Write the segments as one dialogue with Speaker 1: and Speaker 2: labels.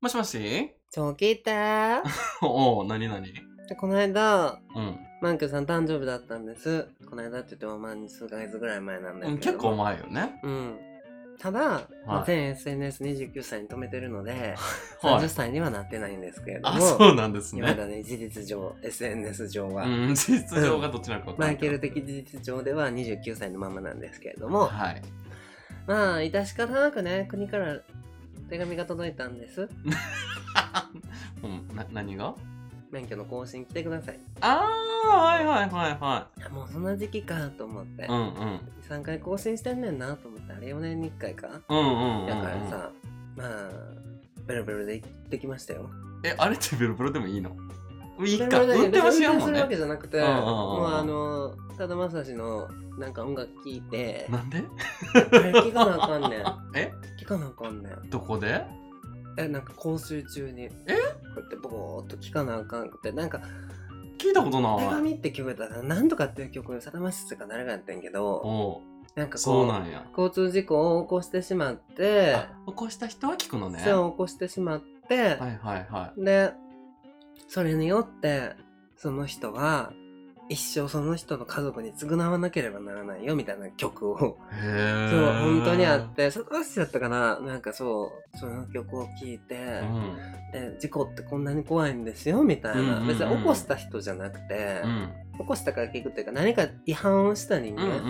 Speaker 1: もしもし
Speaker 2: ちょ、聞いて。
Speaker 1: おお、なになに
Speaker 2: この間、
Speaker 1: うん。
Speaker 2: マンキョさん誕生日だったんです。この間って言っても、まあ、数ヶ月ぐらい前なんだ
Speaker 1: う
Speaker 2: けど。
Speaker 1: ん結構。前よね。
Speaker 2: うん。ただ、まあ、全 SNS29 歳に止めてるので、
Speaker 1: は
Speaker 2: 30
Speaker 1: い。
Speaker 2: 歳にはなってないんですけれども、
Speaker 1: あ、そうなんです
Speaker 2: 今
Speaker 1: ね。
Speaker 2: だね、事実上、SNS 上は。
Speaker 1: うん、事実上がどっちなのかわかん
Speaker 2: マ
Speaker 1: な
Speaker 2: イ
Speaker 1: いけ
Speaker 2: ケ
Speaker 1: ど
Speaker 2: ル的事実上では29歳のままなんですけれども、
Speaker 1: はい。
Speaker 2: まあ、致し方なくね、国から手紙が届いたんです。
Speaker 1: うん、な、何が
Speaker 2: 免許の更新来てください。
Speaker 1: ああ、はいはいはいは
Speaker 2: あもうそんな時期かと思って、
Speaker 1: い。うんうん。
Speaker 2: 3回更新してんねんなと思って、あれ4年に1回か。
Speaker 1: うんうんうんうん。
Speaker 2: だからさ、まあ、ベロベロで行ってきましたよ。
Speaker 1: え、あれってベロベロでもいいのいい
Speaker 2: ベ
Speaker 1: か。
Speaker 2: ロベロで
Speaker 1: 運転はしやん
Speaker 2: 別に運転
Speaker 1: も
Speaker 2: す
Speaker 1: ん
Speaker 2: るわ
Speaker 1: ね
Speaker 2: け。じゃなくて、
Speaker 1: うんうんうんうん
Speaker 2: もうあの、さだまさしのなんか音楽聴いて、
Speaker 1: なんで
Speaker 2: 聞かなあかんねん。
Speaker 1: え
Speaker 2: 聞かなあかんねん。
Speaker 1: どこで
Speaker 2: えなんか講習中にこうやってボーっと聞かなあかんくてなんか
Speaker 1: 聞いたこと
Speaker 2: 「
Speaker 1: な
Speaker 2: 手
Speaker 1: い。
Speaker 2: 紙」って曲やったらなんとかっていう曲さだましつか誰がやってんけど
Speaker 1: おう
Speaker 2: なんか
Speaker 1: そ
Speaker 2: こ
Speaker 1: う
Speaker 2: う
Speaker 1: なんや。
Speaker 2: 交通事故を起こしてしまって
Speaker 1: あ起こした人は聞くのね。
Speaker 2: そう起こしてしまって、
Speaker 1: はいはいはい。
Speaker 2: でそれによってその人は一生その人の家族に償わなければならないよみたいな曲を
Speaker 1: へ
Speaker 2: そ
Speaker 1: え。
Speaker 2: う本当にあってさだましだったかななんかそうその曲を聴いて。
Speaker 1: うん。
Speaker 2: え事故ってこんなに怖いんですよみたいな、
Speaker 1: うんうんうん
Speaker 2: 別に起こした人じゃなくて、
Speaker 1: うん。
Speaker 2: 起こしたから聞くっていうか何か違反をした人
Speaker 1: うんうんう
Speaker 2: 間、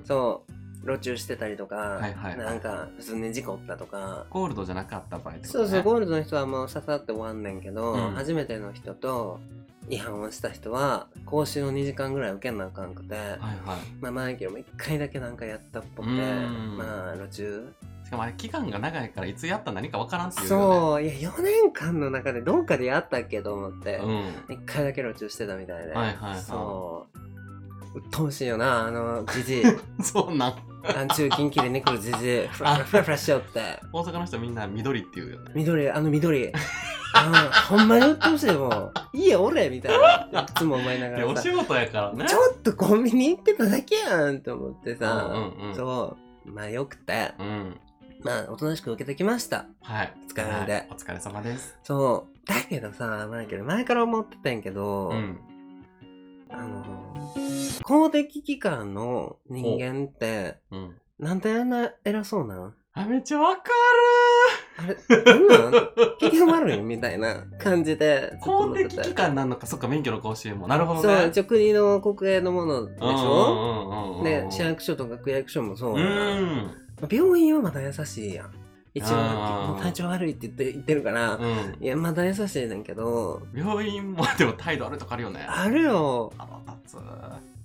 Speaker 1: ん。
Speaker 2: そう路中してたりとか、
Speaker 1: いはい
Speaker 2: なんか普通に事故ったとか、
Speaker 1: ゴールドじゃなかった場合ってこと
Speaker 2: そう
Speaker 1: ね。
Speaker 2: そうゴールドの人はもう刺さって終わんねんけど、
Speaker 1: うん
Speaker 2: 初めての人と違反をした人は講習を2時間ぐらい受けなあかんくて、
Speaker 1: はいはい。
Speaker 2: まあマイケルも1回だけなんかやったっぽくて、
Speaker 1: うん
Speaker 2: まあ路中
Speaker 1: しかもあれ期間が長いからいつやったら何かわからんっていうよ
Speaker 2: そういや4年間の中でどっかでやったっけと思って。
Speaker 1: ね。うん。
Speaker 2: 一回だけ路中してたみたいで、
Speaker 1: はいはいはい
Speaker 2: そう鬱陶しいよなあの じじいあ
Speaker 1: そうなん。
Speaker 2: ん中金切りに来るじじいフラフラフラフラしよって
Speaker 1: 大阪の人みんな緑って言うよね。
Speaker 2: 緑あの緑うんほんまに鬱陶しいもん家おれみたいないつも思いなが
Speaker 1: で、お
Speaker 2: らさ
Speaker 1: 仕事やからね。
Speaker 2: ちょっとコンビニ行ってただけやんと思って
Speaker 1: うん
Speaker 2: さ、
Speaker 1: うんうん。
Speaker 2: そうまあよくて
Speaker 1: うん。
Speaker 2: まあおとなしく受けてきました
Speaker 1: はい。
Speaker 2: お疲れで
Speaker 1: はいお疲れ様です。
Speaker 2: そうだけどさマイケル前から思ってたんやけど、
Speaker 1: うん。
Speaker 2: あの、公的機関の人間って、
Speaker 1: うん。
Speaker 2: なんであんな偉そう なん
Speaker 1: あ、めっちゃわか
Speaker 2: あれ、なんなん機嫌悪いみたいな感じ
Speaker 1: る。
Speaker 2: でずっと
Speaker 1: 公
Speaker 2: 思って
Speaker 1: 的
Speaker 2: て。
Speaker 1: 機関なのか、そっか、免許の講習も。なるほど
Speaker 2: そう、
Speaker 1: ね。
Speaker 2: 一応国の国営のものでしょ
Speaker 1: ょ
Speaker 2: で、市役所とか区役所もそううやん。
Speaker 1: ん。
Speaker 2: 病院はまだ優しいやん。一応、
Speaker 1: あー
Speaker 2: もう体調悪いって言って言ってるから、
Speaker 1: うん。
Speaker 2: いや、まだ優しいねんけど、
Speaker 1: 病院も、でも態度あるとかあるよね。
Speaker 2: あるよ。
Speaker 1: 腹立つ。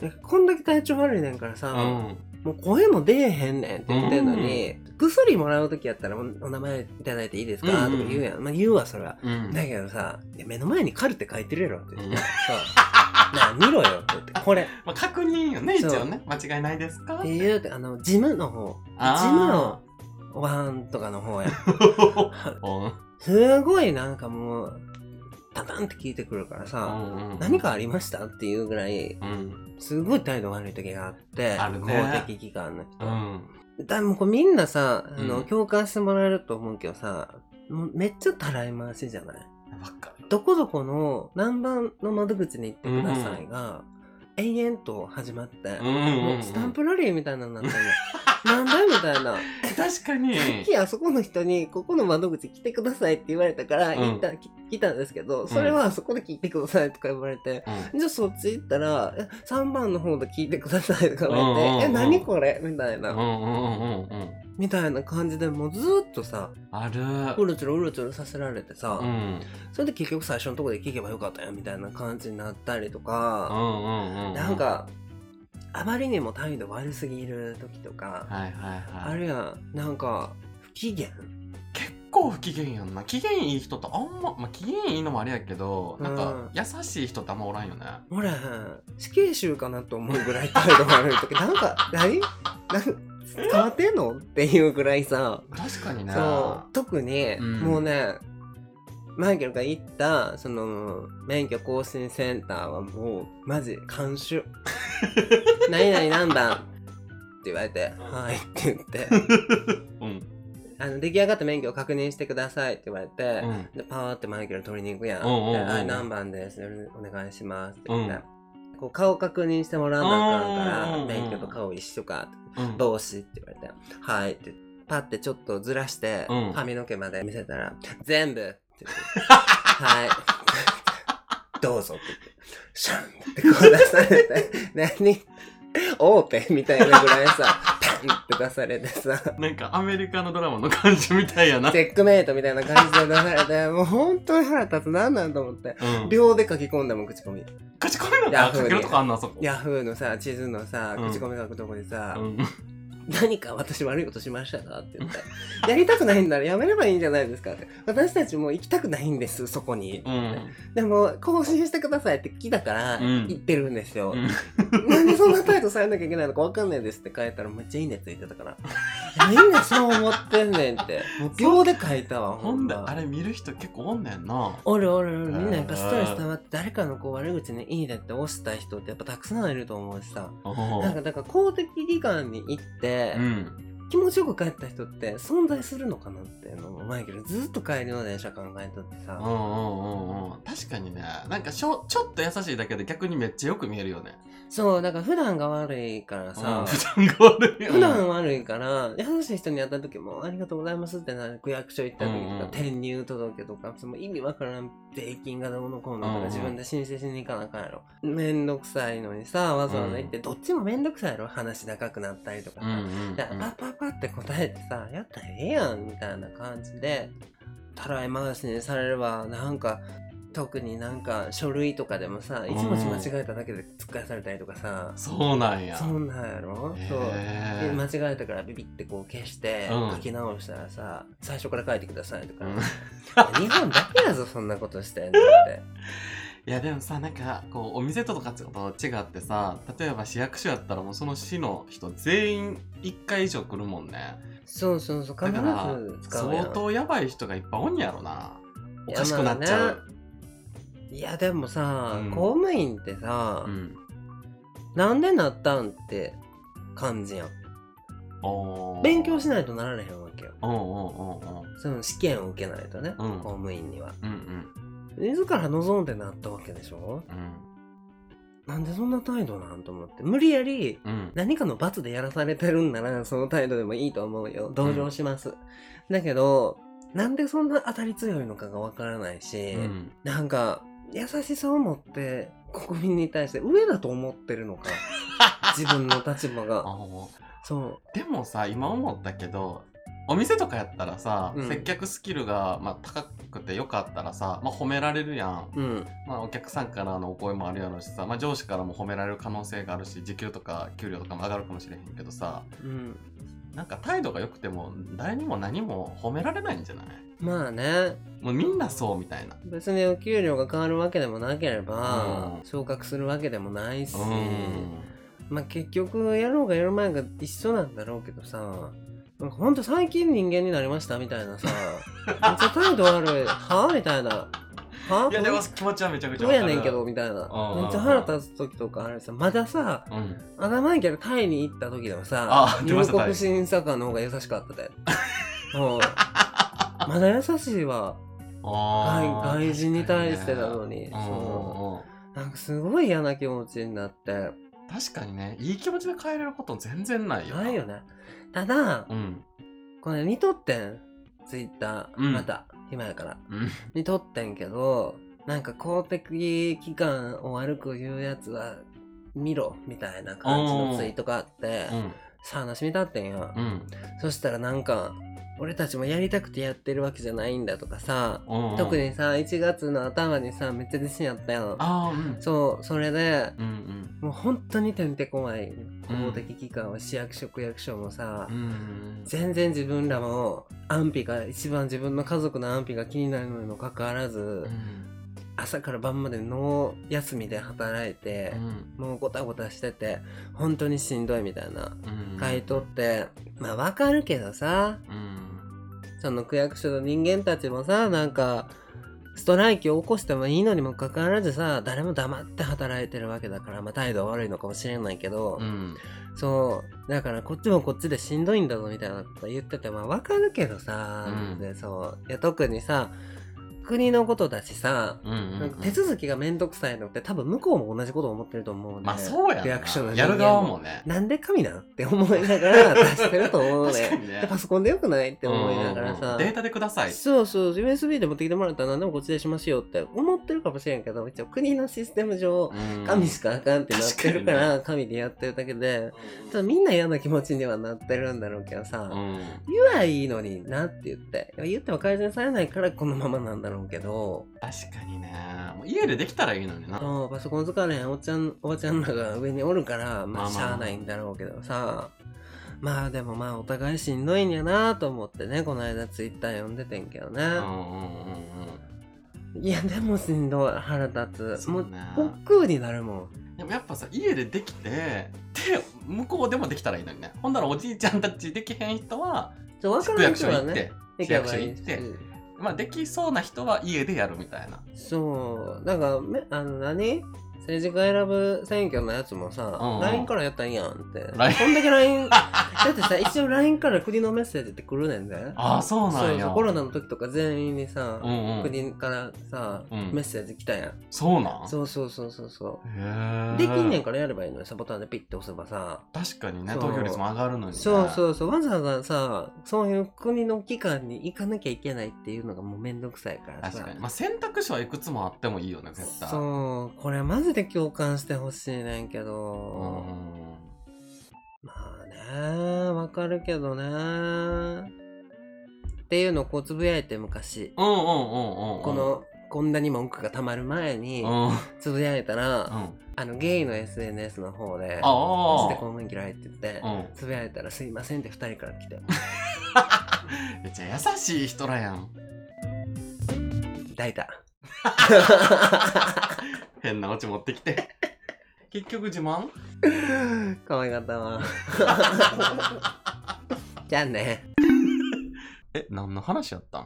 Speaker 2: なんかこんだけ体調悪いねんから
Speaker 1: う
Speaker 2: さ、
Speaker 1: ん。
Speaker 2: もう声も出えへんねんって言ってんのに、薬もらう時やったらおお名前いただいていいですか、
Speaker 1: うんうん
Speaker 2: とか言うやん。まあ言うわ、それは。
Speaker 1: うん。
Speaker 2: だけどさ、いや目の前にカルって書いてるやろって言って、
Speaker 1: うん
Speaker 2: そう。なあ、見ろよって言って、これ。
Speaker 1: まあ、確認よね、一
Speaker 2: そう
Speaker 1: 応ね。間違いないですか
Speaker 2: って言うて、あの、ジムの方、ジム
Speaker 1: あ
Speaker 2: のワンとか の方や。
Speaker 1: ーうん
Speaker 2: すごいなんかもう、パタンって聞いてくるからさ、
Speaker 1: うんうん
Speaker 2: 何かありましたっていうぐらい、
Speaker 1: うん。
Speaker 2: すごい態度悪い時があって、
Speaker 1: あるね
Speaker 2: 公的機関の人。
Speaker 1: うん。
Speaker 2: だもうこれみんなさあの、
Speaker 1: うん
Speaker 2: 共感してもらえると思うけどさもうめっちゃたらい回しじゃない
Speaker 1: わかる。
Speaker 2: どこどこの何番の窓口に行ってくださいが、延々と始まって、
Speaker 1: うんうんう
Speaker 2: も
Speaker 1: ん。
Speaker 2: うスタンプラリーみたいなのになってるのなんだみたいな
Speaker 1: 確
Speaker 2: さ
Speaker 1: か に。
Speaker 2: っきあそこの人にここの窓口来てくださいって言われたから、
Speaker 1: うん
Speaker 2: 行ったき来たんですけどそれはあそこで聞いてくださいとか言われて、
Speaker 1: うん
Speaker 2: じゃあそっち行ったらえ3番の方で聞いてくださいとか言われて、
Speaker 1: うんうんうん
Speaker 2: え何これみたいな、
Speaker 1: うんうんうんうん。
Speaker 2: みたいな感じでもうずーっとさ
Speaker 1: ある。
Speaker 2: うろちょろうろちょろさせられてさ、
Speaker 1: うん。
Speaker 2: それで結局最初のとこで聞けばよかったやんみたいな感じになったりと
Speaker 1: う
Speaker 2: か、
Speaker 1: んうんうん。
Speaker 2: なん。かあまりにも態度悪すぎる時とか、
Speaker 1: はいはい
Speaker 2: あ
Speaker 1: はい。
Speaker 2: るやんなんか不機嫌
Speaker 1: 結構不機嫌やんな。機嫌いい人とあんま、まあ、機嫌いいのもあれやけど、なん
Speaker 2: うん
Speaker 1: か、優しい人ってあんまおらんよね。
Speaker 2: ほら死刑囚かなと思うぐらい態度悪い 時なんか何なん伝わってんのっていうぐらいさ
Speaker 1: 確かにね。
Speaker 2: そう特に、
Speaker 1: うん
Speaker 2: もうねマイケルが行ったその免許更新センターはもうマジ 監修何々何番って言われて「はい」って言って
Speaker 1: うん。
Speaker 2: 「ああの出来上がった免許を確認してくださいって言われて、
Speaker 1: うん
Speaker 2: でパーってマイケル取りに行くやん。
Speaker 1: うんうんうん
Speaker 2: ではい何番です。よろお願いしますって言って。
Speaker 1: うん
Speaker 2: こう顔確認してもらわなあかんから、
Speaker 1: うんうんうん
Speaker 2: 免許と顔一緒かって、
Speaker 1: うん
Speaker 2: 帽子って言われて、はいって、パってちょっとずらして、
Speaker 1: うん
Speaker 2: 髪の毛まで見せたら、全部って言って、 はい。 どうぞって言って、シャンってこう出されて、 何オーペンみたいなぐらいさ、 パンって出されてさ、
Speaker 1: なんかアメリカのドラマの感じみたいやな。
Speaker 2: チェックメイトみたいな感じで出されて、もう本当に腹立つ。なんなんと思って。
Speaker 1: うん。
Speaker 2: 秒で書き込んだもん、口コミ。
Speaker 1: 口コミなん
Speaker 2: ヤ
Speaker 1: か
Speaker 2: フー
Speaker 1: 書
Speaker 2: に
Speaker 1: けるとかあんな、あそこ。
Speaker 2: ヤフーのさ、地図のさ、
Speaker 1: うん
Speaker 2: 口コミ書くとこにさ、
Speaker 1: うん。
Speaker 2: 何か私悪いことしましたかって言って。 やりたくないんならやめればいいんじゃないですかって。私たちもう行きたくないんです、そこに。
Speaker 1: うん。
Speaker 2: でも、更新してくださいって来たから、
Speaker 1: うん
Speaker 2: 行ってるんですよ。
Speaker 1: うん
Speaker 2: なんでそんな態度されなきゃいけないのかわかんないですって書いたらめっちゃいいねついて たから。みんなそう思ってんねんって。もう秒で書いたわ、ほ
Speaker 1: ほ
Speaker 2: ん
Speaker 1: ん
Speaker 2: で
Speaker 1: で、あれ見る人結構おんねんな。
Speaker 2: おるおるおるみんなやっぱストレス溜まって誰かのこう悪口に「いいね」って押した人ってやっぱたくさんいると思うしさ
Speaker 1: お
Speaker 2: なん
Speaker 1: う
Speaker 2: かだから公的機関に行って
Speaker 1: うん。
Speaker 2: 気持ちよく帰った人って存在するのかなっていうのもマイケルずっと帰りの電車考えとって
Speaker 1: うん
Speaker 2: さ
Speaker 1: うんうんうん。確かにね、なんかしょちょっと優しいだけで逆にめっちゃよく見えるよね。
Speaker 2: そうだから普段が悪いからさ
Speaker 1: うん普段が悪いよね。
Speaker 2: 普段悪いから優しい人に会った時も「ありがとうございます」ってなる区役所行った時と
Speaker 1: うん
Speaker 2: か
Speaker 1: うん
Speaker 2: 転入届とかその意味わからん税金がどうのこうのと
Speaker 1: うんう
Speaker 2: か
Speaker 1: ん
Speaker 2: 自分で申請しに行かなあかんやろめんどくさいのにさわざわざ行ってどっちもめんどくさいやろ話長くなったりとか
Speaker 1: うん
Speaker 2: さ
Speaker 1: うんうん。
Speaker 2: だからパッパッパって答えてさやったらええやんみたいな感じでたらい回しにされればなんか特になんか書類とかでもさ一文字間違えただけで突っ返されたりとかさ
Speaker 1: そうなんや。
Speaker 2: そんなんやろそうで
Speaker 1: へ
Speaker 2: 間
Speaker 1: ー
Speaker 2: 違えたからビビってこう消して
Speaker 1: うん
Speaker 2: 書き直したらさ、最初から書いてくださいとか、
Speaker 1: うん
Speaker 2: 日本だけやぞそんなことしてんのって
Speaker 1: いやでもさなんかこうお店とかと違ってさ例えば市役所やったらもうその市の人全員1回以上来るもんね
Speaker 2: そうそうそう必
Speaker 1: だから
Speaker 2: ず使うや
Speaker 1: 相
Speaker 2: ん
Speaker 1: 当やばい人がいっぱいおんやろないお
Speaker 2: や
Speaker 1: かしくなっちゃう、
Speaker 2: いやでもさ、
Speaker 1: うん
Speaker 2: 公務員ってさ、
Speaker 1: うん
Speaker 2: なんでなったんって感じやん
Speaker 1: おー
Speaker 2: 勉強しないとなられへんわけよ
Speaker 1: うんうんうんうん
Speaker 2: その試験を受けないとね、
Speaker 1: うん
Speaker 2: 公務員には
Speaker 1: うん
Speaker 2: 自ら望んでなったわけでしょ
Speaker 1: うん
Speaker 2: なんでそんな態度なんと思って無理やり
Speaker 1: うん
Speaker 2: 何かの罰でやらされてるんならその態度でもいいと思うよ同情します、だけどなんでそんな当たり強いのかがわからないし、
Speaker 1: うんうん
Speaker 2: なんか優しさを持って国民に対して上だと思ってる のか自分の立場
Speaker 1: あ
Speaker 2: が
Speaker 1: ー
Speaker 2: そ
Speaker 1: でもさ今思ったけどお店とかやったらさ、
Speaker 2: うん
Speaker 1: 接客スキルが、まあ、高くてよかったらさ、まあ、褒められるやん
Speaker 2: ううん
Speaker 1: まあ、お客さんからのお声もあるやろうしさ、まあ、上司からも褒められる可能性があるし時給とか給料とかも上がるかもしれへんけどさ
Speaker 2: うん
Speaker 1: なんか態度が良くても誰にも何も褒められないんじゃない
Speaker 2: まあね
Speaker 1: もうみんなそうみたいな
Speaker 2: 別にお給料が変わるわけでもなければ、
Speaker 1: うん
Speaker 2: 昇格するわけでもないし、
Speaker 1: うん
Speaker 2: まあ結局やろうがやる前が一緒なんだろうけどさなんかほんと最近人間になりましたみた いなさめっちゃ態度悪いはあみたいなはあ
Speaker 1: いやでも気持ちはめちゃくちゃ
Speaker 2: ど
Speaker 1: わ
Speaker 2: う
Speaker 1: か
Speaker 2: や
Speaker 1: る
Speaker 2: ねんけどみたいな
Speaker 1: うん
Speaker 2: めっちゃ腹立つ時とかあるさまださ
Speaker 1: うん
Speaker 2: アダマイケルタイに行った時でもさ
Speaker 1: あ出ま
Speaker 2: 入
Speaker 1: した
Speaker 2: 国審査官の方が優しかっ たでうんまだ優しいわ外
Speaker 1: あー
Speaker 2: 外人に対してなのに、
Speaker 1: うん
Speaker 2: そう
Speaker 1: うんうん
Speaker 2: なんかすごい嫌な気持ちになって
Speaker 1: 確かにねいい気持ちで帰れること全然ないよ
Speaker 2: ないよねただ、
Speaker 1: うん
Speaker 2: これ見とってんツイッター
Speaker 1: うん
Speaker 2: また、今やから
Speaker 1: うん
Speaker 2: 見とってんけどなんか公的機関を悪く言うやつは見ろみたいな感じのツイートがあって、
Speaker 1: うん
Speaker 2: さあ話見たってんよ、
Speaker 1: うん
Speaker 2: そしたらなんか俺たちもやりたくてやってるわけじゃないんだとかさ、
Speaker 1: うんうん
Speaker 2: 特にさ1月の頭にさめっちゃ自信あったやん
Speaker 1: ああうん
Speaker 2: そうそれで
Speaker 1: うん
Speaker 2: もう本当にてんてこまい公的機関は市役所区役所もさ、
Speaker 1: うんうん
Speaker 2: 全然自分らも安否が一番自分の家族の安否が気になるのにもかかわらず、
Speaker 1: うん
Speaker 2: 朝から晩まで脳休みで働いて
Speaker 1: う、ん
Speaker 2: もうごたごたしてて本当にしんどいみたいな
Speaker 1: うん
Speaker 2: 回答って、まあわかるけどさ
Speaker 1: うん
Speaker 2: その区役所の人間たちもさなんかストライキを起こしてもいいのにもかかわらずさ、誰も黙って働いてるわけだから、まあ態度は悪いのかもしれないけど、
Speaker 1: うん
Speaker 2: そう、だからこっちもこっちでしんどいんだぞみたいなこと言ってて、まあわかるけどさ、
Speaker 1: うん
Speaker 2: でそう。いや、特にさ、国のことだしさ、
Speaker 1: うんうん
Speaker 2: なん
Speaker 1: う
Speaker 2: か
Speaker 1: ん
Speaker 2: 手続きがめんどくさいのって多分向こうも同じこと思ってると思うね。
Speaker 1: まあそうやん
Speaker 2: リアクションの
Speaker 1: な
Speaker 2: 人間
Speaker 1: や
Speaker 2: も
Speaker 1: る側もね
Speaker 2: なんで神なんって思いながら出してると思う
Speaker 1: 確かに
Speaker 2: ね。
Speaker 1: ね
Speaker 2: でパソコンでよくないって思いながら
Speaker 1: うんうんう
Speaker 2: さ
Speaker 1: ん、データでください
Speaker 2: そうそう、USB で持ってきてもらったら何でもこっちでしますよって思ってるかもしれんけど、一応国のシステム上、
Speaker 1: 神
Speaker 2: 神しかあかんってなってるから、神でやってるだけで、ちょっとみんな嫌な気持ちにはなってるんだろうけどさ、
Speaker 1: うん
Speaker 2: 言えばいいのになって言って、言っても改善されないからこ のままなんだろうけど、
Speaker 1: 確かにねもう家でできたらいいのにな
Speaker 2: そうパソコン使われへんおっちゃんおばちゃんらが上におるか
Speaker 1: まあ
Speaker 2: らま
Speaker 1: ま
Speaker 2: あ
Speaker 1: あ
Speaker 2: しゃあないんだろうけどさまあでもまあお互いしんどいんやなと思ってねこの間ツイッター読んでてんけどね
Speaker 1: うんうんうん
Speaker 2: いやでもしんどい腹立
Speaker 1: うん
Speaker 2: つ
Speaker 1: そ
Speaker 2: もう
Speaker 1: うね
Speaker 2: 億劫になるもん
Speaker 1: でもやっぱさ家でできてで向こうでもできたらいいのにねほんならおじいちゃんたちできへん人は
Speaker 2: そう分か
Speaker 1: 区
Speaker 2: らん
Speaker 1: 役
Speaker 2: 人
Speaker 1: 所行
Speaker 2: は
Speaker 1: っ
Speaker 2: ね
Speaker 1: て
Speaker 2: 行
Speaker 1: 区
Speaker 2: け
Speaker 1: 役
Speaker 2: ば
Speaker 1: 所
Speaker 2: い
Speaker 1: 行
Speaker 2: い
Speaker 1: っ
Speaker 2: して
Speaker 1: まあできそうな人は家でやるみたいな
Speaker 2: そうなんかめあの何政治家選ぶ選挙のやつもさ、
Speaker 1: うんうん
Speaker 2: LINE からやったんやんって。こん
Speaker 1: LINE
Speaker 2: だけ LINE、だ ってさ、一応 LINE から国のメッセージって来るねんで。
Speaker 1: ああそうな
Speaker 2: そ
Speaker 1: ん
Speaker 2: う
Speaker 1: や
Speaker 2: そうコロナの時とか全員にさ、
Speaker 1: うんうん
Speaker 2: 国からさ、
Speaker 1: うん
Speaker 2: メッセージ来たやん
Speaker 1: そうなん
Speaker 2: そうそうそうそうそ
Speaker 1: へ
Speaker 2: う
Speaker 1: ー
Speaker 2: できんねんからやればいいのにさボタンでピッて押せばさ
Speaker 1: 確かにね
Speaker 2: そう
Speaker 1: 投票率も上がるのにね
Speaker 2: そうそうそうわざわざさそういう国の機関に行かなきゃいけないっていうのがもうめんどくさいから
Speaker 1: 確
Speaker 2: さ
Speaker 1: かにまあ選択肢はいくつもあってもいいよね絶対う
Speaker 2: そうこれマジで共感してほしいねんけど、
Speaker 1: ん
Speaker 2: まあねわかるけどねっていうのをこうつぶやいて昔、
Speaker 1: うんうんうんうん
Speaker 2: このこんなに文句がたまる前に
Speaker 1: うんうん
Speaker 2: つぶやいたら、
Speaker 1: あ
Speaker 2: あのゲイの SNS の方で、マジで
Speaker 1: あ
Speaker 2: 公務員嫌いって言って、
Speaker 1: うん
Speaker 2: つぶやいたらすいませんって2人から 来て、
Speaker 1: めっちゃ優しい人らやん
Speaker 2: 抱 いた。
Speaker 1: 変なオチ持ってき て結局自慢
Speaker 2: 可愛かっ たわ。じゃあね。
Speaker 1: え何の話やったん